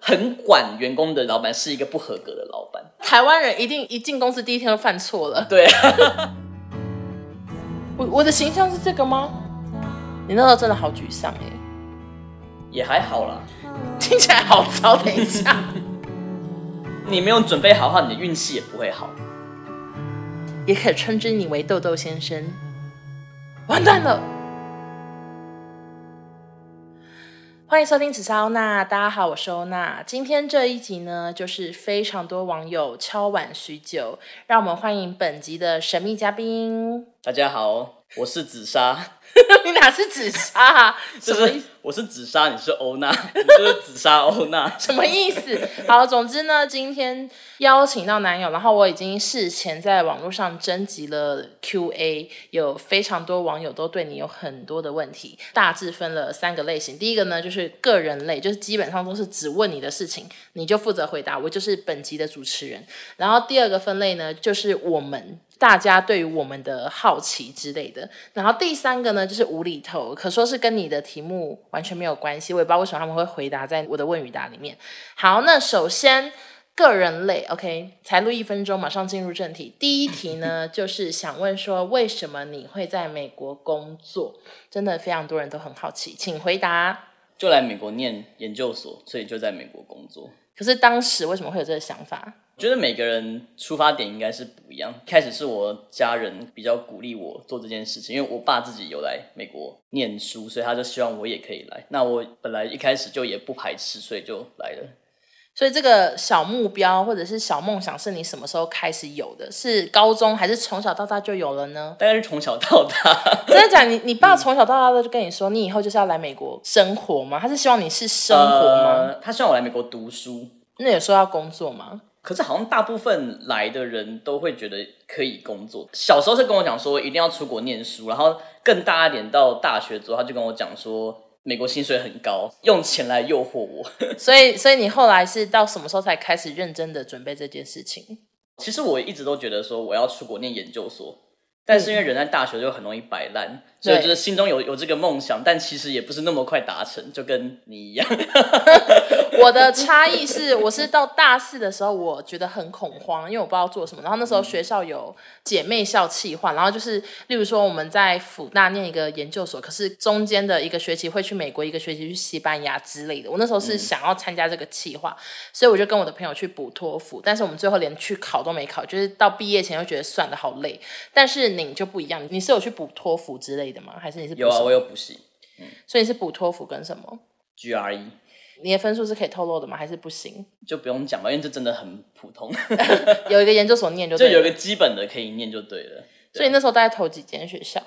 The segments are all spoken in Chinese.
很管员工的老板是一个不合格的老板。台湾人一定一进公司第一天就犯错了。对， 我我的形象是这个吗？你那时候真的好沮丧哎、也还好啦。 听起来好糟。等一下， 你没有准备好的话，你的运气也不会好。也可称之你为豆豆先生。完蛋了！欢迎收听《紫砂欧娜》，大家好，我是欧娜。今天这一集呢，就是非常多网友敲碗许久，让我们欢迎本集的神秘嘉宾。 大家好，我是紫砂，你哪是紫砂、啊？ 就什么意是我是紫砂，你是欧 娜，你就是紫砂欧娜。什么意思？好，总之呢，今天邀请到男友，然后我已经事前在网络上征集了 Q&A，有非常多网友都对你有很多的问题，大致分了三个类型。第一个呢，就是个人类，就是基本上都是只问你的事情，你就负责回答，我就是本集的主持人。然后第二个分类呢，就是我们。大家对于我们的好奇之类的，然后第三个呢，就是无厘头，可说是跟你的题目完全没有关系，我也不知道为什么他们会回答在我的问与答里面。好，那首先个人类，OK，才录一分钟，马上进入正题。第一题呢，就是想问说，为什么你会在美国工作？真的非常多人都很好奇，请回答。就来美国念研究所，所以就在美国工作。可是当时为什么会有这个想法？我觉得每个人出发点应该是不一样。开始是我家人比较鼓励我做这件事情，因为我爸自己有来美国念书，所以他就希望我也可以来。那我本来一开始就也不排斥，所以就来了。所以这个小目标或者是小梦想是你什么时候开始有的？是高中还是从小到大就有了呢？大概是从小到大，真的讲，你你爸从小到大都就跟你说，你以后就是要来美国生活吗？他是希望你是生活吗？呃他希望我来美国读书，那有说要工作吗？可是好像大部分来的人都会觉得可以工作。小时候是跟我讲说一定要出国念书，然后更大一点到大学之后，他就跟我讲说美国薪水很高，用钱来诱惑我。所以，所以你后来是到什么时候才开始认真的准备这件事情？其实我一直都觉得说我要出国念研究所，但嗯是因为人在大学就很容易摆烂，所以就是心中有有这个梦想，但其实也不是那么快达成，就跟你一样。 我的差异是，我是到大四的时候，我觉得很恐慌，因为我不知道做什么。然后那时候学校有姐妹校企划，然后就是，例如说我们在辅大念一个研究所，可是中间的一个学期会去美国，一个学期去西班牙之类的。我那时候嗯是想要参加这个企划，所以我就跟我的朋友去补托福，但是我们最后连去考都没考，就是到毕业前就觉得算了，好累。但是你就不一样，你是有去补托福之类的吗？还是你是补有啊，什么我有补习所以你是补托福跟什么？ GRE，你的分数是可以透露的吗？还是不行？就不用讲了，因为这真的很普通，有一个研究所念就就对有了。一个基本的可以念就对了。所以那时候大概投几间学校？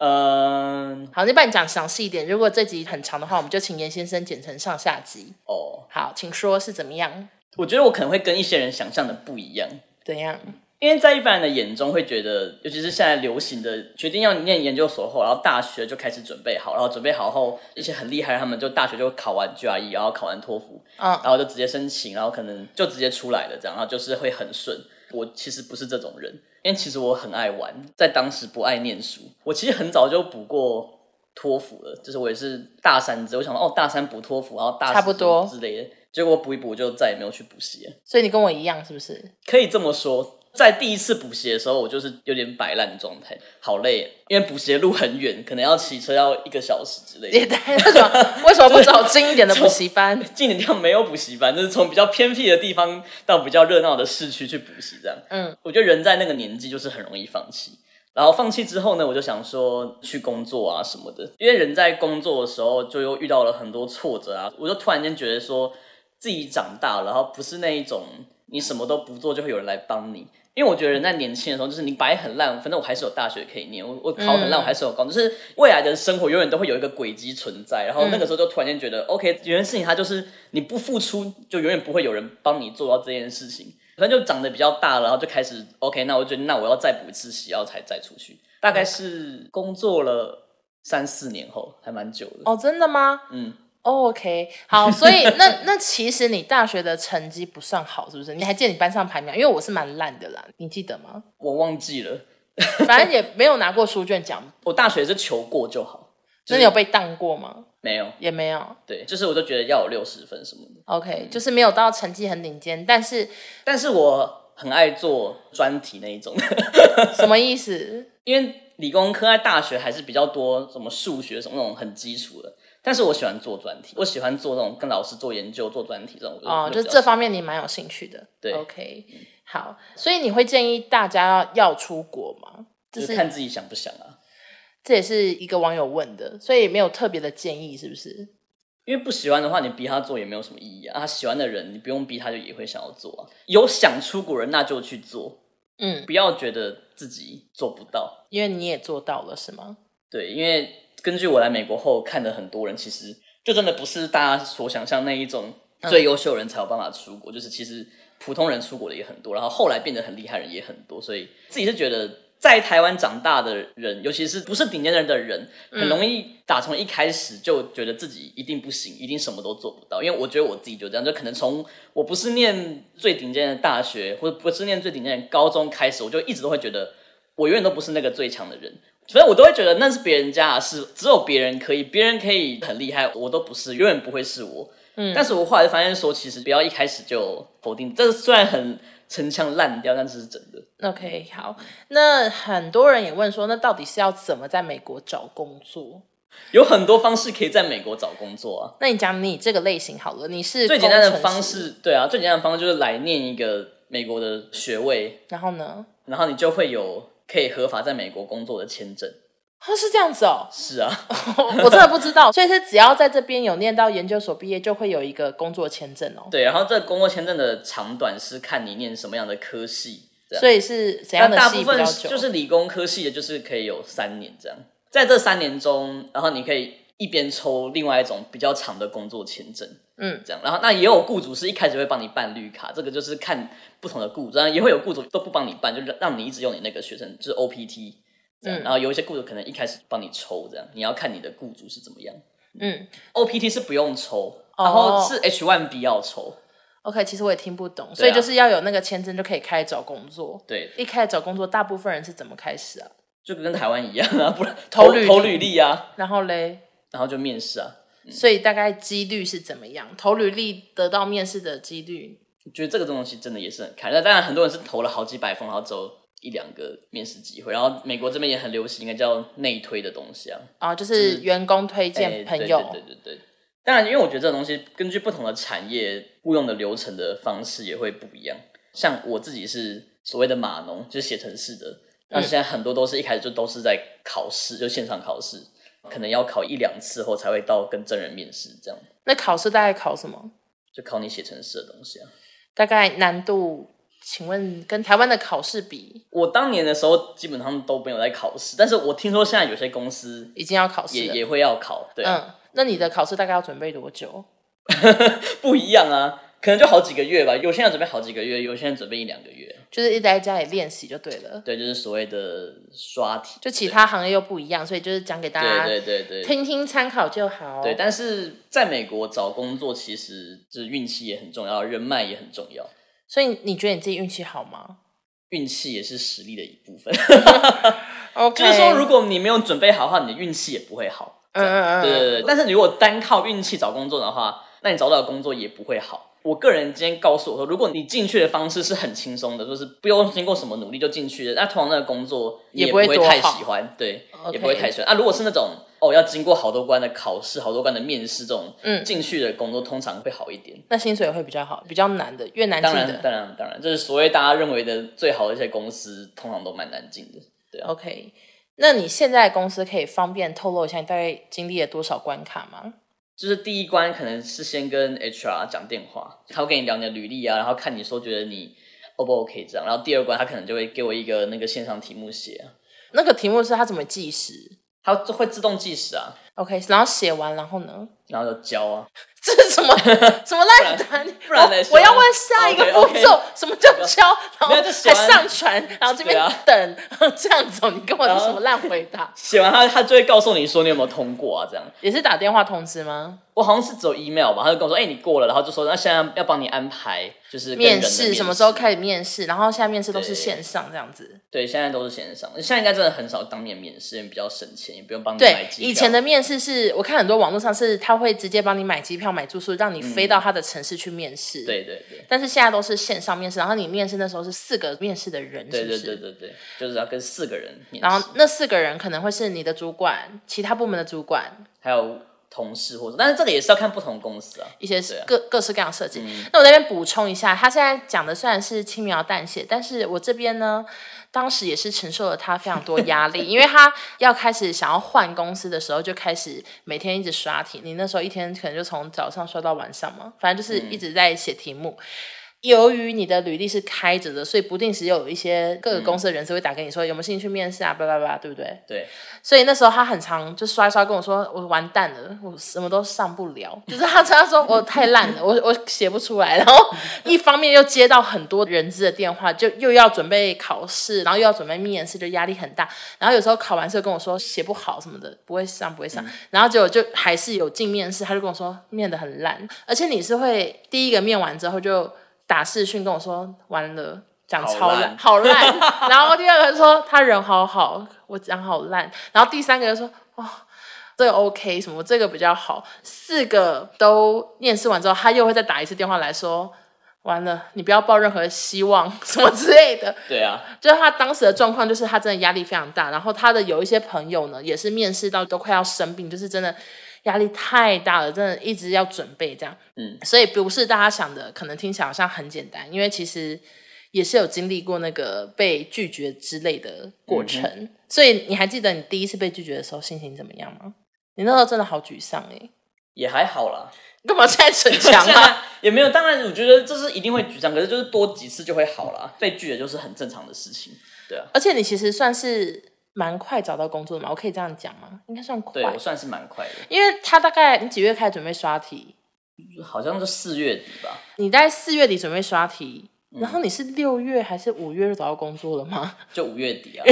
嗯，好，那帮你讲详细一点。如果这集很长的话，我们就请严先生剪成上下集。哦，好，请说是怎么样？我觉得我可能会跟一些人想象的不一样。怎样？因为在一般人的眼中会觉得，尤其是现在流行的决定要念研究所后，然后大学就开始准备好，然后准备好后，一些很厉害的他们就大学就考完 GRE，然后考完托福，嗯然后就直接申请，然后可能就直接出来了，这样，然后就是会很顺。我其实不是这种人，因为其实我很爱玩，在当时不爱念书，我其实很早就补过托福了，就是我也是大三之后，我想说哦，大三补托福，然后大四差不多之类的，结果补一补就再也没有去补习了。所以你跟我一样是 不是？可以这么说，在第一次补习的时候，我就是有点摆烂的状态，好累，因为补习的路很远，可能要骑车要一个小时之类也的。太那种，为什么不找近一点的补习班？ 近点地方没有补习班，就是从比较偏僻的地方到比较热闹的市区去补习，这样。嗯，我觉得人在那个年纪就是很容易放弃。然后放弃之后呢，我就想说去工作啊什么的，因为人在工作的时候就又遇到了很多挫折啊，我就突然间觉得说自己长大了，然后不是那一种你什么都不做就会有人来帮你。因为我觉得人在年轻的时候，就是你摆很烂，反正我还是有大学可以念，我我考很烂，我还是有高中，就是未来的生活永远都会有一个轨迹存在。然后那个时候就突然间觉得、o k 有些事情它就是你不付出，就永远不会有人帮你做到这件事情。反正就长得比较大了，然后就开始 OK，那我就觉得那我要再补一次习，然后才再出去。大概是工作了三四年后，还蛮久的。哦，真的吗？嗯，哦 OK，好，所以 那那其实你大学的成绩不算好，是不是？你还记得你班上排名吗？因为我是蛮烂的啦，你记得吗？我忘记了，反正也没有拿过书卷奖， 我大学是求过就好。那你有被当过吗？没有，也没有。对，就是我就觉得要有六十分什么的。 OK，就是没有到成绩很顶尖，但是但是我很爱做专题那一种，什么意思？ 因为理工科在大学还是比较多什么数学什么那种很基础的。但是我喜欢做专题，我喜欢做这种跟老师做研究、做专题这种。哦，我就比是较这方面你蛮有兴趣的。对，OK，好，所以你会建议大家要出国吗？就就是是看自己想不想啊。这也是一个网友问的，所以没有特别的建议，是不是？因为不喜欢的话，你逼他做也没有什么意义啊。啊他喜欢的人，你不用逼他，就也会想要做啊。有想出国人，那就去做，嗯，不要觉得自己做不到。因为你也做到了，是吗？对，因为根据我来美国后看的很多人，其实就真的不是大家所想象那一种嗯最优秀的人才有办法出国，就是其实普通人出国的也很多，然后后来变得很厉害的人也很多，所以自己是觉得。在台湾长大的人，尤其是不是顶尖人的人，很容易打从一开始就觉得自己一定不行，一定什么都做不到。因为我觉得我自己就这样，就可能从我不是念最顶尖的大学，或者不是念最顶尖的高中开始，我就一直都会觉得我永远都不是那个最强的人。所以我都会觉得那是别人家的事，只有别人可以，别人可以很厉害，我都不是，永远不会是我。嗯，但是我后来发现说，其实不要一开始就否定，这虽然很陈腔滥调，但是是真的。 OK，好，那很多人也问说，那到底是要怎么在美国找工作？有很多方式可以在美国找工作啊，那你讲你这个类型好了，你是最简单的工程方师，式，对啊，最简单的方式就是来念一个美国的学位，然后呢？然后你就会有可以合法在美国工作的签证。哦，是这样子哦，是啊， 我真的不知道，所以是只要在这边有念到研究所毕业，就会有一个工作签证哦。对，然后这个工作签证的长短是看你念什么样的科系，这样。所以是怎那样的大戏部比较分久？就是理工科系的，就是可以有三年这样，在这三年中，然后你可以一边抽另外一种比较长的工作签证，嗯，这样，然后那也有雇主是一开始会帮你办绿卡，这个就是看不同的雇主，然后也会有雇主都不帮你办，就是让你一直用你那个学生，就是 OPT。这样嗯然后有一些雇主可能一开始帮你抽，这样你要看你的雇主是怎么样。嗯，OPT 是不用抽，哦然后是 H1B 要抽。 OK，其实我也听不啊懂，所以就是要有那个签证就可以开始找工作。对，一开始找工作，大部分人是怎么开始啊？就跟台湾一样啊，不然投投履历投履历啊，然后嘞，然后就面试啊。所以大概几率是怎么样？投履历得到面试的几率，觉得这个东西真的也是很看。那当然，很多人是投了好几百封，然后只有一两个面试机会。然后美国这边也很流行一个叫内推的东西啊，啊、就是员工推荐哎朋对友。对对对对。当然，因为我觉得这个东西根据不同的产业雇佣的流程的方式也会不一样。像我自己是所谓的码农，就是写程式的。那现在很多都是一开始就都是在考试，就现场考试，可能要考一两次后才会到跟真人面试，这样那考试大概考什么？就考你写程式的东西啊。大概难度，请问跟台湾的考试比，我当年的时候基本上都没有在考试，但是我听说现在有些公司已经要考试也了。也会要考，对啊，嗯，那你的考试大概要准备多久？ 不一样啊，可能就好几个月吧，有些人准备好几个月，有些人准备一两个月，就是一直在家里练习就对了。对，就是所谓的刷题，就其他行业又不一样，所以就是讲给大家对对对对。啊听哦听参考就好。对，但是在美国找工作，其实就是运气也很重要，人脉也很重要，所以你觉得你自己运气好吗运气也是实力的一部分。 ？OK，就是说，如果你没有准备好的话，你的运气也不会好。嗯嗯嗯，对对对，但是如果单靠运气找工作的话，那你找到的工作也不会好。我个人今天告诉我说，如果你进去的方式是很轻松的，就是不用经过什么努力就进去的，那通常那个工作你也也不不会会多太好喜欢，对 OK 也不会太喜欢。啊，如果是那种哦要经过好多关的考试、好多关的面试这种，嗯进去的工作通常会好一点。那薪水会比较好，比较难的，越难进当然，的。当然，当然，这是所谓大家认为的最好的一些公司，通常都蛮难进的。 OK，那你现在的公司可以方便透露一下你大概经历了多少关卡吗？就是第一关可能是先跟 HR 讲电话，他会跟你聊你的履历啊，然后看你说觉得你 O 不 OK 这样。然后第二关他可能就会给我一个那个线上题目写啊，那个题目是它怎么计时他会自动计时啊， ？OK，然后写完，然后呢？然后就交啊。这这是什 么什么烂谈？不然呢我我要问下一个步骤 OK，OK 什么叫交？然后 没有就写还完 上传，然后这边对啊等， 这样子哦、你跟我然说后什么烂回 答？写完他他就会告诉你说你有没有通过啊这样。也是打电话通知吗？我好像是只有 email 吧，他就跟我说，哎、你过了，然后就说那现在要帮你安排就是跟人 面的试什么时候试开始面试？然后现在面试都是对线上这样子。对，现在都是线上，现在应该真的很少当面面试，因为比较省钱，也不用帮你对嗯买，机以票前的面试是我看很多网络上是他会直接帮你买机票、买住宿，让你飞到他的城市去面试。。对对对。但是现在都是线上面试，然后你面试那时候是四个面试的人，是对不对是？对对对，就是要跟四个人面然试后，那四个人可能会是你的主管、其他部门的主管，还有同事或者，但是这个也是要看不同公司啊。一些对啊嗯各、各式各样的设计。那我在这边补充一下，他现在讲的虽然是轻描淡写，但是我这边呢，当时也是承受了他非常多压 力，因为他要开始想要换公司的时候，就开始每天一直刷题。你那时候一天可能就从早上刷到晚上嘛，反正就是嗯一直在写题目。由于你的履历是开着的，所以不定时有一些各个嗯公司的人士会打给你说有没有兴趣面试啊，巴拉巴拉，对不对？对，所以那时候他很常就刷一刷跟我说，我完蛋了，我什么都上不了，就是他常常说我太烂了，我我写不出来。然后一方面又接到很多人资的电话，就又要准备考试，然后又要准备面试，就压力很大。然后有时候考完试又跟我说写不好什么的，不会上不会上。然后结果就还是有进面试，他就跟我说面的很烂，而且你是会第一个面完之后就打视讯跟我说完了。讲超烂，好烂。 然后第二个说他人好好，我讲好烂。然后第三个就说哦，这个 OK 什么，这个比较好。四个都面试完之后，他又会再打一次电话来说。完了，你不要抱任何希望什么之类的。对啊，就是他当时的状况，就是他真的压力非常大。然后他的有一些朋友呢，也是面试到都快要生病，就是真的压力太大了，真的一直要准备这样。嗯，所以不是大家想的，可能听起来好像很简单，因为其实也是有经历过那个被拒绝之类的过程。所以你还记得你第一次被拒绝的时候心情怎么样吗？你那时候真的好沮丧哎、也还好啦。你干嘛现在逞 强现啊？在也没有，当然我觉得这是一定会沮丧，可是就是多几次就会好啦。被拒绝就是很正常的事情。对啊，而且你其实算是蛮快找到工作的嘛，我可以这样讲吗？应该算快对，我算是蛮快的，因为他大概你几月开始准备刷题？好像就四月底吧。你在四月底准备刷题，然后你是六月还是五月就找到工作了吗？就五月 底啊，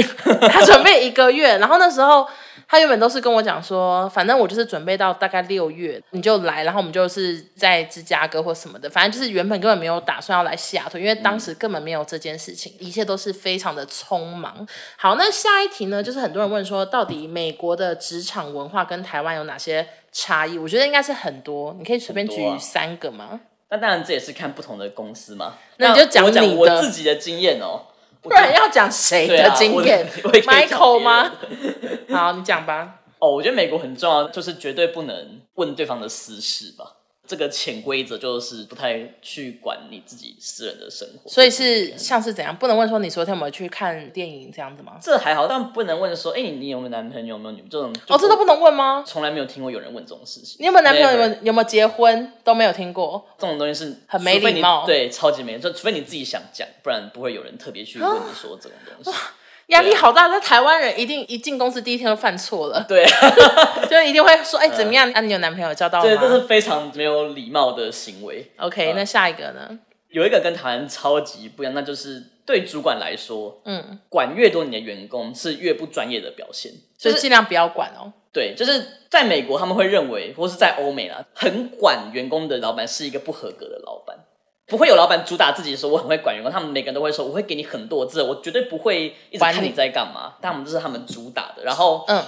他准备一个月，然后那时候他原本都是跟我讲说，反正我就是准备到大概六月你就来，然后我们就是在芝加哥或什么的，反正就是原本根本没有打算要来西雅图，因为当时根本没有这件事情，一切都是非常的匆忙。好，那下一题呢，就是很多人问说，到底美国的职场文化跟台湾有哪些差异？我觉得应该是很多，你可以随便很举多啊三个吗？那当然这也是看不同的公司嘛。那你就我讲你讲我的自己的经验哦、不然要讲谁对的啊，经我验、我也可以讲 m i c h a e l 别人吗？好，你讲吧。哦，我觉得美国很重要，就是绝对不能问对方的私事吧。这个潜规则就是不太去管你自己私人的生活，所以是像是怎样？不能问说你昨天有没有去看电影这样子吗？这还好，但不能问说，哎、你有没有男朋友，有没有女这种哦，这都不能问吗？从来没有听过有人问这种事情。你有没有男朋友？有 Never 没有有没有结婚？都没有听过。这种东西是很没礼除非你貌对，超级没，就除非你自己想讲，不然不会有人特别去问你说这种东西。啊压力好大，那台湾人一定一进公司第一天就犯 错了，对，就一定会说，哎、怎么样？啊，你有男朋友交到对，这吗是非常没有礼貌的行为。 ？OK，那下一个呢？有一个跟台湾超级不一样，那就是对主管来说，嗯，管越多你的员工是越不专业的表现。就就是尽量不要管哦。对，就是在美国他们会认为，或是在欧美啦，很管员工的老板是一个不合格的老板。不会有老板主打自己说我很会管员工，他们每个人都会说我会给你很多字，我绝对不会一直管看你你在干嘛。但他们这是他们主打的。然后嗯，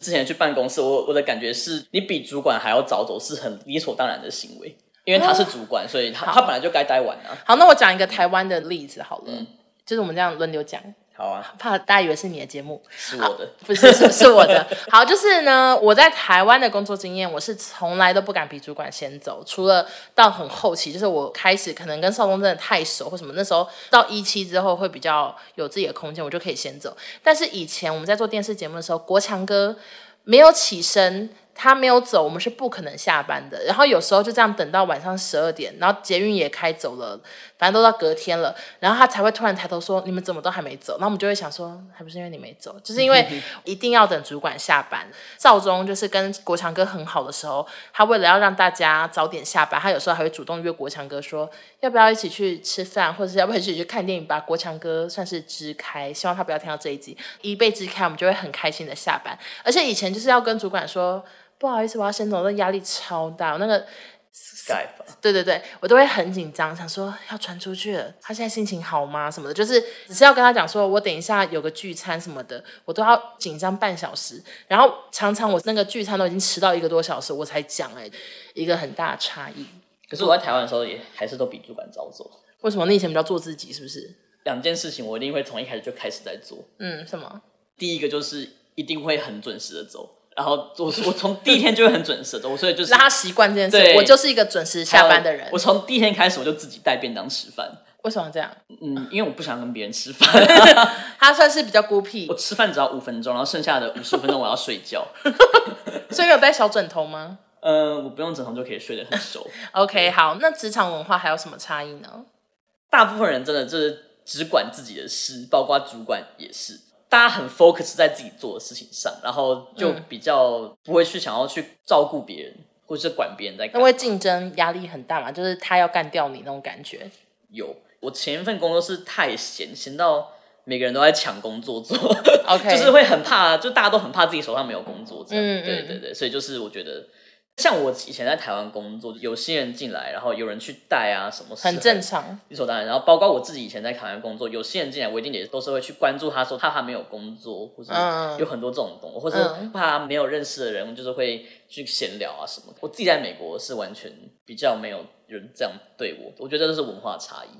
之前去办公室，我我的感觉是你比主管还要早走是很理所当然的行为，因为他是主管，所以他他本来就该待晚啊。好，那我讲一个台湾的例子好了，嗯就是我们这样轮流讲，好啊，怕大家以为是你的节目。是我的，不是是是我的。 好，就是呢，我在台湾的工作经验，我是从来都不敢比主管先走，除了到很后期，就是我开始可能跟少东真的太熟或什么，那时候到一期之后会比较有自己的空间，我就可以先走。但是以前我们在做电视节目的时候，国强哥没有起身。他没有走，我们是不可能下班的。然后有时候就这样等到晚上十二点，然后捷运也开走了，反正都到隔天了，然后他才会突然抬头说：“你们怎么都还没走？”然后我们就会想说，还不是因为你没走，就是因为一定要等主管下班。赵忠就是跟国强哥很好的时候，他为了要让大家早点下班，他有时候还会主动约国强哥说，要不要一起去吃饭，或者是要不要一起去看电影，把国强哥算是支开。希望他不要听到这一集，一被支开，我们就会很开心的下班。而且以前就是要跟主管说，不好意思，我要先走，那压力超大，那个。 Skype 吧对对对，我都会很紧张，想说要传出去了，他现在心情好吗？什么的，就是只是要跟他讲说，我等一下有个聚餐什么的，我都要紧张半小时。然后常常我那个聚餐都已经迟到一个多小时，我才讲哎、一个很大的差异。可是我在台湾的时候也还是都比主管早做。为什么你以前比较做自己，是不是？两件事情我一定会从一开始就开始在做，嗯，什么？第一个就是一定会很准时的走，然后我 我从第一天就会很准时的走，所以就是让他习惯这件事。对我就是一个准时下班的人。我从第一天开始我就自己带便当吃饭，为什么这样？嗯，因为我不想跟别人吃饭， 他算是比较孤僻我，吃饭只要五分钟，然后剩下的五十分钟我要睡觉。 所以有带小枕头吗嗯，我不用枕头就可以睡得很 熟。 ？OK，好，那职场文化还有什么差异呢？大部分人真的就是只管自己的事，包括主管也是，大家很 focus 在自己做的事情上，然后就嗯比较不会去想要去照顾别人，或是管别人在干因嘛。为竞争压力很大嘛，就是他要干掉你那种感觉。有我前一份工作是太闲，闲到每个人都在抢工作 做 OK 就是会很怕，就大家都很怕自己手上没有工作这样。嗯嗯对对对，所以就是我觉得。像我以前在台湾工作，有新人进来，然后有人去带啊，什么是很正常。理所当然。然后包括我自己以前在台湾工作，有些人进来，我一定也都是会去关注他，说他还没有工作，或者嗯有很多这种东西，或是嗯怕没有认识的人，就是会去闲聊啊什么的。我自己在美国是完全比较没有人这样对我，我觉得这是文化差异。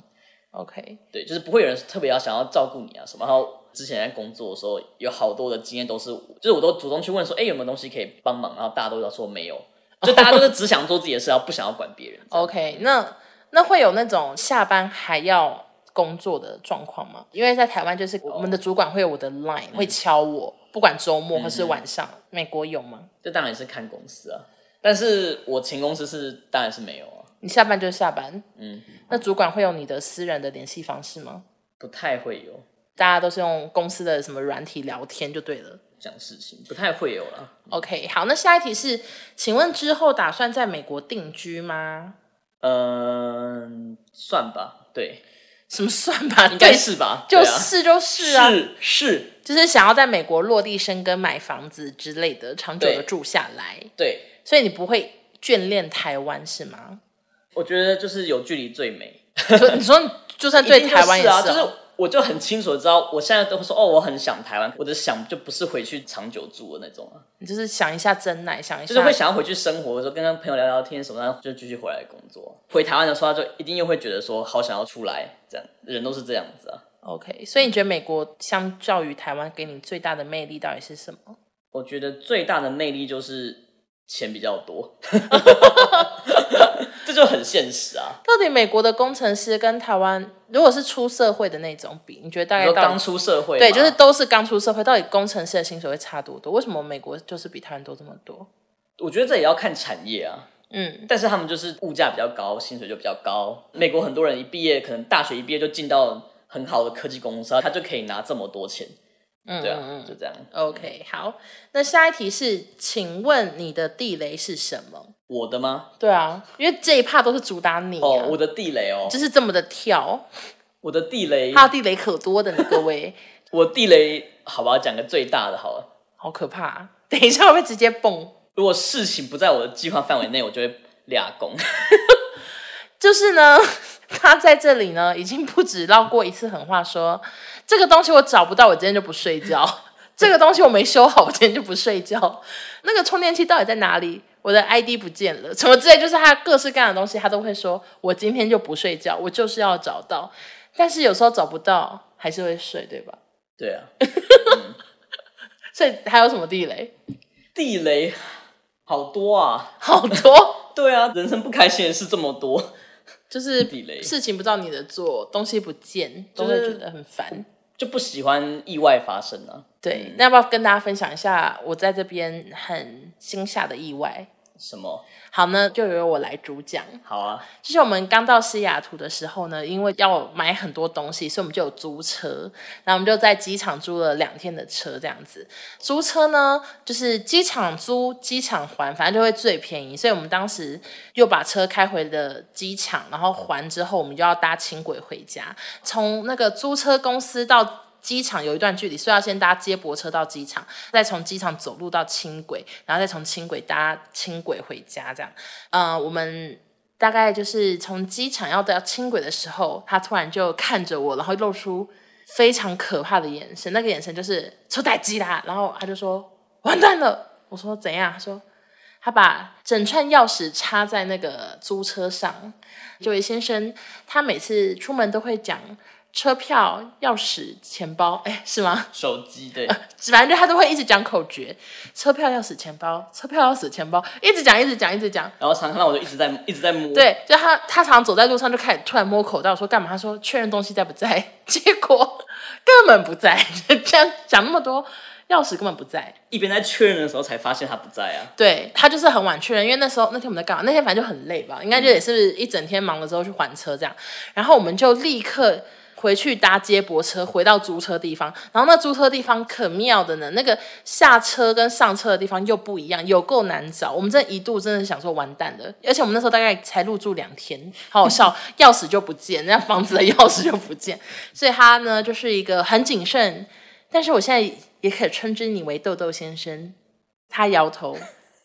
OK，对，就是不会有人特别要想要照顾你啊什么。然后之前在工作的时候，有好多的经验都是，就是我都主动去问说，哎、有没有东西可以帮忙？然后大家都要说没有，就大家都是只想做自己的事，然后不想要管别人。 OK，那那会有那种下班还要工作的状况吗？因为在台湾就是我们的主管会有我的 line、会嗯敲我，不管周末或是晚上。美国有吗？这当然是看公司啊，但是我前公司是当然是没有啊，你下班就是下班，嗯，那主管会有你的私人的联系方式吗？不太会有大家都是用公司的什么软体聊天就对了。这样事情，不太会有啦。 OK，好，那下一题是，请问之后打算在美国定居吗？嗯、算吧，对，什么算吧，应该对是吧，就对啊是就是啊，是是，就是想要在美国落地生根、买房子之类的，长久的对住下来。对，所以你不会眷恋台湾是吗？我觉得就是有距离最美。你说你 说你就算对一定台湾也是啊，哦就是我就很清楚的知道，我现在都会说哦，我很想台湾，我的想就不是回去长久住的那种啊，你就是想一下真奶，想一下就是会想要回去生活，说跟跟朋友聊聊天什么，然后就继续回来工作。回台湾的时候，他就一定又会觉得说好想要出来，这样人都是这样子啊。 OK。所以你觉得美国相较于台湾给你最大的魅力到底是什么？我觉得最大的魅力就是钱比较多， 这就很现实啊。到底美国的工程师跟台湾如果是出社会的那种比，你觉得大你概说到刚底出社会嘛，哎对，就是都是刚出社会，到底工程师的薪水会差多多？为什么美国就是比台湾多这么多？我觉得这也要看产业啊。嗯，但是他们就是物价比较高，薪水就比较高。美国很多人一毕业，可能大学一毕业就进到很好的科技公司啊，他就可以拿这么多钱，嗯对啊，嗯嗯就这样。 OK，好，那下一题是，请问你的地雷是什么？我的吗？对啊，因为这一趴都是主打你、啊、哦，我的嗯地雷哦，就是这么的跳，我的地雷，他的地雷可多的呢，各位， 我地雷，好吧，讲个最大的好了。好可怕、啊！等一下会不会直接蹦？如果事情不在我的计划范围内，我就会俩工。就是呢， 他在这里呢已经不止绕过一次狠话说，这个东西我找不到，我今天就不睡觉； 这个东西我没修好，我今天就不睡觉；那个充电器到底在哪里？我的 ID 不见了，什么之类，就是他各式各样的东西，他都会说，我今天就不睡觉，我就是要找到。但是有时候找不到，还是会睡，对吧？ 对啊，所以还有什么地雷？ 地雷好多啊。好多。对啊，人生不开心的事这么多，就是地雷事情不照你的做，东西不见，都就会是觉得很烦。就不喜欢意外发生啊。对，那要不要跟大家分享一下我在这边很惊吓的意外？什么？好呢，就由我来主讲。好啊，就是我们刚到西雅图的时候呢，因为要买很多东西，所以我们就有租车。然后我们就在机场租了两天的车，这样子。租车呢，就是机场租、机场还，反正就会最便宜。所以我们当时又把车开回了机场，然后还之后，我们就要搭轻轨回家。从那个租车公司到机场有一段距离，所以要先搭接驳车到机场，再从机场走路到轻轨，然后再从轻轨搭轻轨回家。这样，呃，我们大概就是从机场要到轻轨的时候，他突然就看着我，然后露出非常可怕的眼神，那个眼神就是出歹机啦。然后他就说完蛋了，我说怎样？他说他把整串钥匙插在那个租车上。这位先生他每次出门都会讲车票、钥匙、钱包，哎，是吗？手机对，反正他都会一直讲口诀，车票、钥匙、钱包，车票、钥匙、钱包，一直讲，一直讲，一直讲。然后常看到我就一直在一直在摸，，对，就他，他常走在路上就开始突然摸口袋，我说干嘛？他说确认东西在不在， 结果根本不在， 就这样讲那么多，钥匙根本不在。一边在确认的时候才发现他不在啊。对他就是很晚确认，因为那时候那天我们在干嘛？那天反正就很累吧，应该就也是一整天忙了之后去还车这样，然后我们就立刻。回去搭接驳车回到租车地方，然后那租车地方可妙的呢，那个下车跟上车的地方又不一样，有够难找。我们这一度真的想说完蛋了， 而且我们那时候大概才入住两天，好好笑，钥匙就不见，人家房子的钥匙就不见，所以他呢就是一个很谨慎，但是我现在也可以称之你为豆豆先生，他摇头，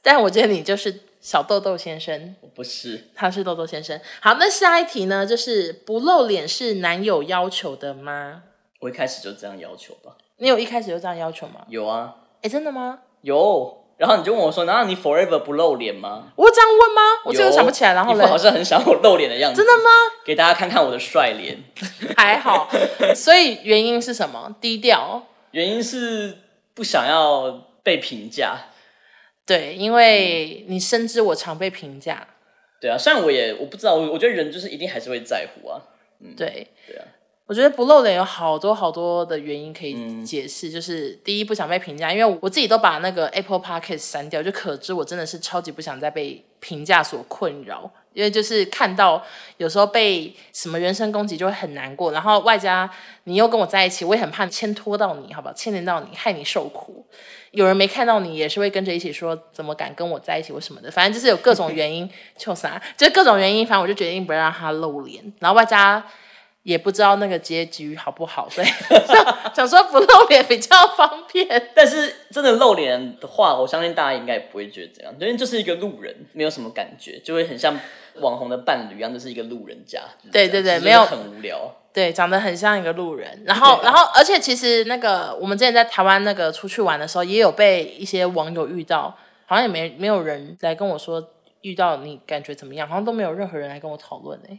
但我觉得你就是小豆豆先生，我不是，他是豆豆先生。好，那下一题呢？就是不露脸是男友要求的吗？我一开始就这样要求吧。你有一开始就这样要求吗？有啊，哎，真的吗？有。然后你就问我说：“难道你 forever 不露脸吗我有这样问吗？？”我这有个想不起来。然后一嘞副，好像很想我露脸的样子。真的吗？给大家看看我的帅脸。还好。所以原因是什么？低调。原因是不想要被评价。对，因为你深知我常被评价。对啊，虽然我也我不知道，我我觉得人就是一定还是会在乎啊。对，对啊，我觉得不露脸有好多好多的原因可嗯以解释，就是第一不想被评价，因为我自己都把那个 Apple 嗯 Podcast 删掉，就可知我真的是超级不想再被评价所困扰，因为就是看到有时候被什么人身攻击就会很难过，然后外加你又跟我在一起，我也很怕牵拖到你，好不好？牵连到你，害你受苦。有人没看到你，也是会跟着一起说怎么敢跟我在一起或什么的，反正就是有各种原因，就啥，就是各种原因，反正我就决定不让他露脸，然后外加也不知道那个结局好不好，所以 想想说不露脸比较方便。但是真的露脸的话，我相信大家应该也不会觉得怎样，因为就是一个路人，没有什么感觉，就会很像网红的伴侣一样，就是一个路人甲。就是对这样对对其实没有很无聊。对，长得很像一个路人。然后，然后，而且其实那个我们之前在台湾那个出去玩的时候，也有被一些网友遇到，好像也没没有人来跟我说遇到你感觉怎么样，好像都没有任何人来跟我讨论哎、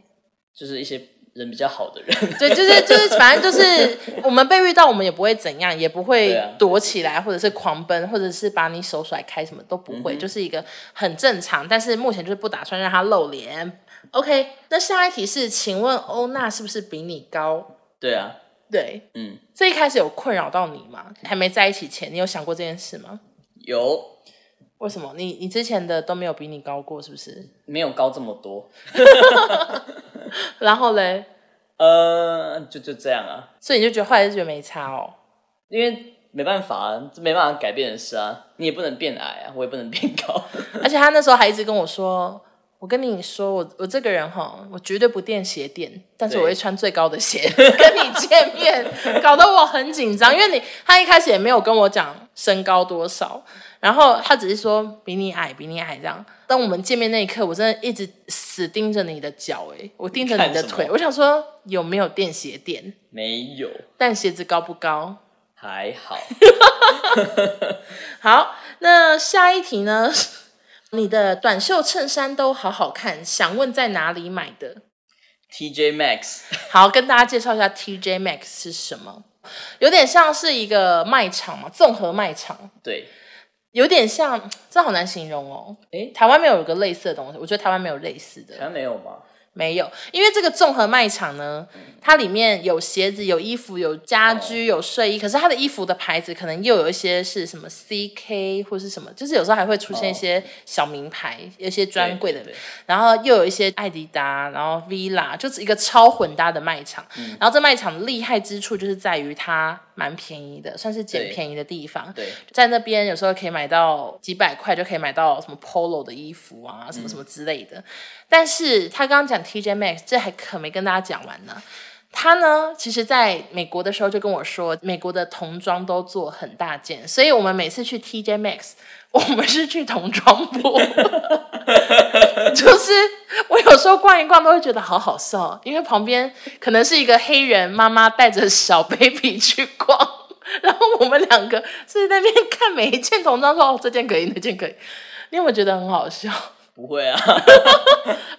就是一些人比较好的人， 对，就是就是，反正就是我们被遇到，我们也不会怎样，也不会对啊躲起来，或者是狂奔，或者是把你手甩开，什么都不嗯会，就是一个很正常。但是目前就是不打算让他露脸。OK，那下一题是，请问欧娜是不是比你高？对啊，对，嗯，这一开始有困扰到你吗？还没在一起前，你有想过这件事吗？有为什么你你之前的都没有比你高过，是不是？没有高这么多？然后嘞，呃，就就这样啊，所以你就觉得后来就觉得没差哦。因为没办法啊，这没办法改变的事啊，你也不能变矮啊，我也不能变高， 而且他那时候还一直跟我说：“我跟你说，我我这个人哈，我绝对不垫鞋垫，但是对我会穿最高的鞋 跟你见面，搞得我很紧张。因为你他一开始也没有跟我讲身高多少，然后他只是说比你矮，比你矮这样。当我们见面那一刻，我真的一直死盯着你的脚，哎，我盯着你的你看什么腿，我想说有没有垫鞋垫，没有，但鞋子高不高？还好。好，那下一题呢？ 你的短袖衬衫都好好看，想问在哪里买的？ TJ Max，好，跟大家介绍一下 TJ Max 是什么，有点像是一个卖场嘛，综合卖场，对，有点像，这好难形容哦。诶台湾没有一个类似的东西，我觉得台湾没有类似的台，湾没有吗？没有，因为这个综合卖场呢，它里面有鞋子、有衣服、有哦家居、有睡衣，可是它的衣服的牌子可能又有一些是什么 CK 或是什么，就是有时候还会出现一些小名牌，有一些专柜的哦对对对然后又有一些艾迪达，然后 Villa，就是一个超混搭的卖场。嗯然后这卖场厉害之处就是在于它蛮便宜的，算是捡对便宜的地方。对，在那边有时候可以买到几百块就可以买到什么 Polo 的衣服啊，什么什么之类的。但是他刚刚讲 TJ Max，这还可没跟大家讲完呢。他呢，其实在美国的时候就跟我说，美国的童装都做很大件，所以 我们每次去 TJ Max，我们是去童装部。就是我有时候逛一逛都会觉得好好笑，因为旁边可能是一个黑人妈妈带着小 baby 去逛，然后我们两个是在那边看每一件童装，说哦这件可以，那件可以，你有没有觉得很好笑？不会啊，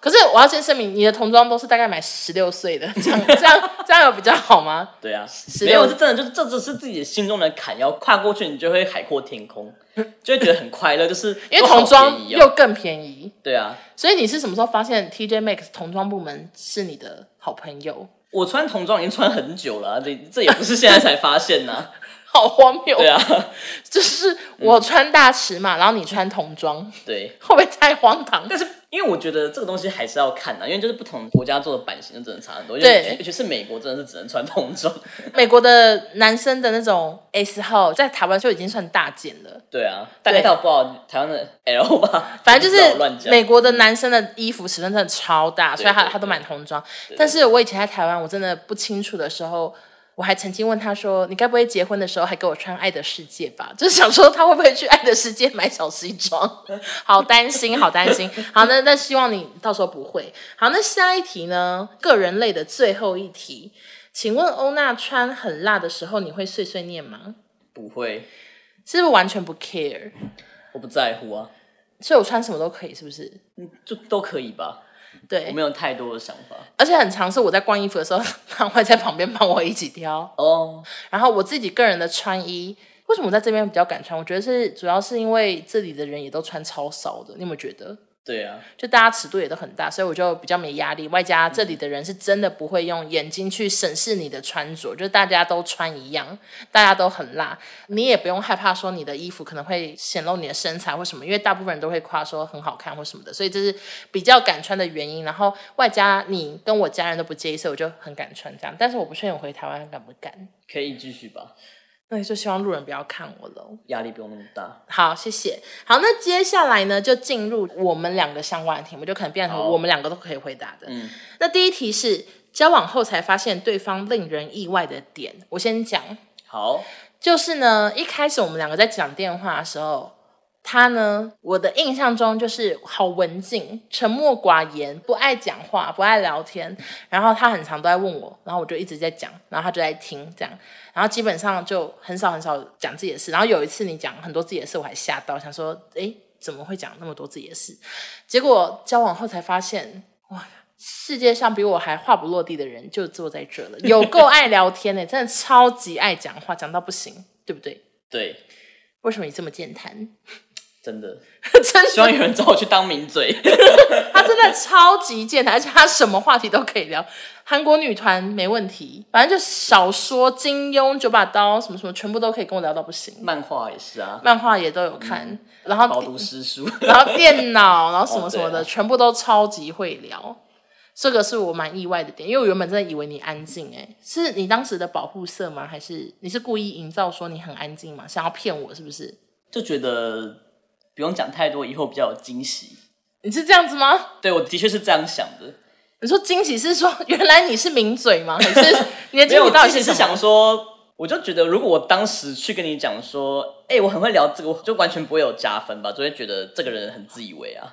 可是我要先声明，你的童装都是大概买十六岁的，这样这样这样有比较好吗？对啊， 16没有是真的，就是这只是自己心中的坎，要跨过去，你就会海阔天空，就会觉得很快乐，就是因为都好童装便宜哦又更便宜，对啊，所以你是什么时候发现 TJ Max 童装部门是你的好朋友？我穿童装已经穿很久了啊、这这也不是现在才发现呐、 好荒谬！对啊，嗯就是我穿大尺码，然后你穿童装， 对，会不会太荒唐？但是因为我觉得这个东西还是要看的、因为就是不同国家做的版型就真的差很多，对尤其尤其是美国真的是只能穿童装， 美国的男生的那种 S 号，在台湾就已经算大件了。对啊，大概到不好台湾的 L 吧，反正就我不知道我乱是讲，美国的男生的衣服尺寸真的超大，所以他对对他都买童装。对但是我以前在台湾，我真的不清楚的时候，我还曾经问他说：“你该不会结婚的时候还给我穿《爱的世界》吧？” 就是想说他会不会去《爱的世界》买小西 装，好担心，好担心。好，那那希望你到时候不会。好，那下一题呢？个人类的最后一题，请问欧娜穿很辣的时候，你会碎碎念吗？不会，是不是完全不 care？我不在乎啊，所以我穿什么都可以，是不是？就都可以吧，对我，没有太多的想法而且很常是我在逛衣服的时候， 他会在旁边帮我一起挑。哦。然后我自己个人的穿衣，为什么我在这边比较敢穿？我觉得是主要是因为这里的人也都穿超少的，你有没有觉得？对啊，就大家尺度也都很大，所以我就比较没压力。外加这里的人是真的不会用眼睛去审视你的穿着，就是大家都穿一样，大家都很辣，你也不用害怕说你的衣服可能会显露你的身材或什么，因为大部分人都会夸说很好看或什么的，所以这是比较敢穿的原因。然后外加你跟我家人都不介意，所以我就很敢穿这样。但是我不确定我回台湾敢不敢，可以继续吧，那就希望路人不要看我喽。压力不用那么大。好，谢谢。好，那接下来呢，就进入我们两个相关的题目，就可能变成好我们两个都可以回答的。嗯，那第一题是交往后才发现对方令人意外的点，我先讲，好，就是呢，一开始我们两个在讲电话的时候，他呢，我的印象中就是好文静、沉默寡言，不爱讲话，不爱聊天。然后他很常都在问我，然后我就一直在讲，然后他就在听这样。然后基本上就很少很少讲自己的事。然后有一次你讲很多自己的事，我还吓到，想说，诶，怎么会讲那么多自己的事？结果交往后才发现，哇！世界上比我还话不落地的人就坐在这了，有够爱聊天 呢、真的超级爱讲话，讲到不行，对不对？对，为什么你这么健谈？ 真的，真希望有人找我去当名嘴。 他真的超级健谈，而且他什么话题都可以聊。韩国女团没问题，反正就小说、金庸、九把刀什么什么，全部都可以跟我聊到不行。漫画也是啊，漫画也都有看，嗯然后饱读诗书。然后电脑，然后什么什么的，哦对啊全部都超级会聊。这个是我蛮意外的点，因为我原本真的以为你安静、欸，哎，是你当时的保护色吗？还是你是故意营造说你很安静吗？想要骗我是不是？就觉得不用讲太多，以后比较有惊喜。你是这样子吗？对我的确是这样想的，你说惊喜是说原来你是抿嘴吗？还是 哎你的没惊有，喜我到底其实什是么？想说，我就觉得如果我当时去跟你讲说，哎、我很会聊这个，我就完全不会有加分吧，就会觉得这个人很自以为啊，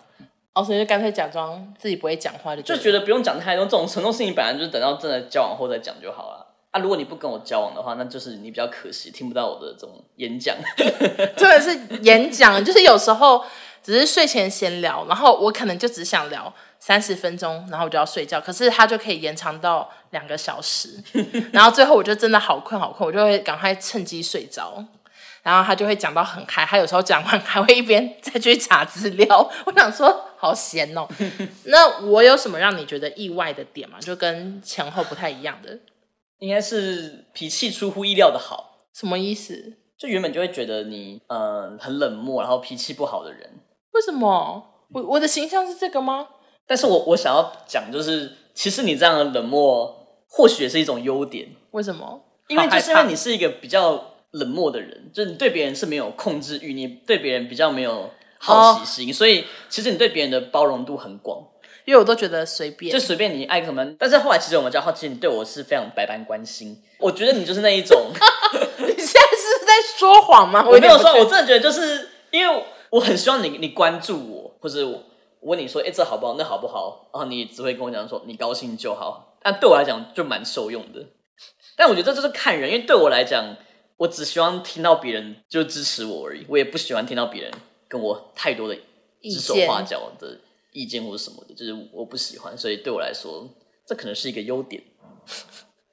哦，所以就干脆假装自己不会讲话就就得觉得不用讲太多，这种承诺事情本来就是等到真的交往后再讲就好了。啊，如果你不跟我交往的话，那就是你比较可惜，听不到我的这种演讲。 真的是演讲，就是有时候只是睡前闲聊，然后我可能就只想聊三十分钟，然后我就要睡觉，可是他就可以延长到两个小时， 然后最后我就真的好困好困，我就会赶快趁机睡着。然后他就会讲到很嗨，他有时候讲完还会一边再去查资料。我想说，好 闲哦。那我有什么让你觉得意外的点吗？就跟前后不太一样的，应该是脾气出乎意料的好。什么意思？就原本就会觉得你嗯很冷漠，然后脾气不好的人，为什么？我我的形象是这个吗？但是我我想要讲就是，其实你这样的冷漠或许也是一种优点，为什么？因为好就害是因为怕你是一个比较冷漠的人，就是你对别人是没有控制欲，你对别人比较没有好奇心，所以其实你对别人的包容度很广，因为我都觉得随便就，随便你爱什么。但是后来其实我们交往，其实你对我是非常百般关心，我觉得你就是那一种。你现在是在说谎吗？我没有点有不说，确我真的觉得就是因为我很希望你你关注我，或者我问你说，哎，这好不好？那好不好？然后你只会跟我讲说，你高兴就好。但对我来讲就蛮受用的。但我觉得这就是看人，因为对我来讲，我只希望听到别人就支持我而已，我也不喜欢听到别人跟我太多的意指手见画脚的意见或者什么的，就是我不喜欢。所以对我来说，这可能是一个优点。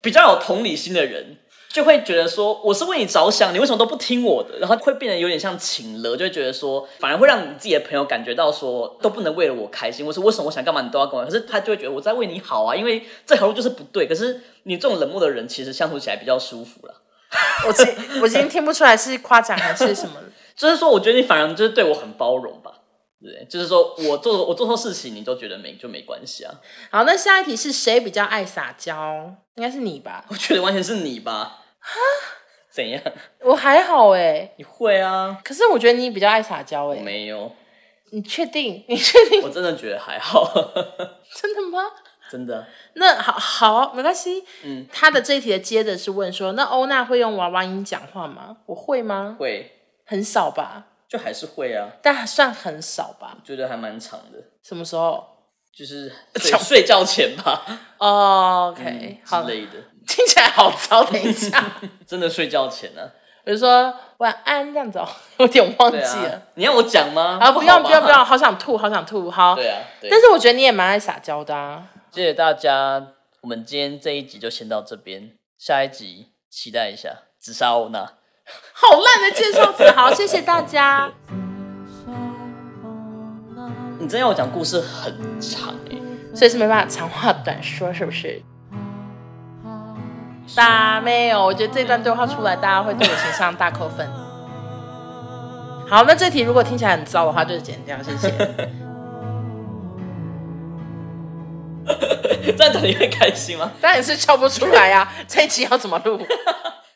比较有同理心的人，就会觉得说我是为你着想，你为什么都不听我的？然后会变得有点像请了，就会觉得说，反而会让你自己的朋友感觉到说都不能为了我开心，或是为什么我想干嘛你都要干嘛。可是他就会觉得我在为你好啊，因为这条路就是不对。可是你这种冷漠的人，其实相处起来比较舒服了。我今我今天听不出来是夸奖还是什么，就是说，我觉得你反而就是对我很包容吧，对不对？就是说我做我做错事情，你都觉得没就没关系啊。好，那下一题是谁比较爱撒娇？应该是你吧？我觉得完全是你吧？啊 怎样？我还好哎、你会啊？可是我觉得你比较爱撒娇哎、我没有，你确定？你确定 我真的觉得还好， 真的吗？真的。那好好，没关系。嗯，他的这一题的接着是问说，那欧娜会用娃娃音讲话吗？我会吗？会，很少吧，就还是会啊，但算很少吧。觉得还蛮长的，什么时候就是长睡睡觉前吧哦？OK，、好嗯之，类的，听起来好糟。等一 下，真的睡觉前啊，我就说晚安这样子哦， 有点忘记对了。啊，你要我讲吗？啊，不用好吧不用不用，，好想吐，好想吐，好。 对啊，对但是我觉得你也蛮爱撒娇的啊。谢谢大家，我们今天这一集就先到这边，下一集期待一下紫砂欧娜。好烂的介绍词， 好，谢谢大家。你真要我讲故事很长哎、 所以是没办法长话短说，是不是？大没有，我觉得这段对话出来，大家会对我形象大扣 分。好，那这题如果听起来很糟的话，就是剪掉，谢谢。这样讲你会开心吗？ 当然是笑不出来啊，这一集要怎么录？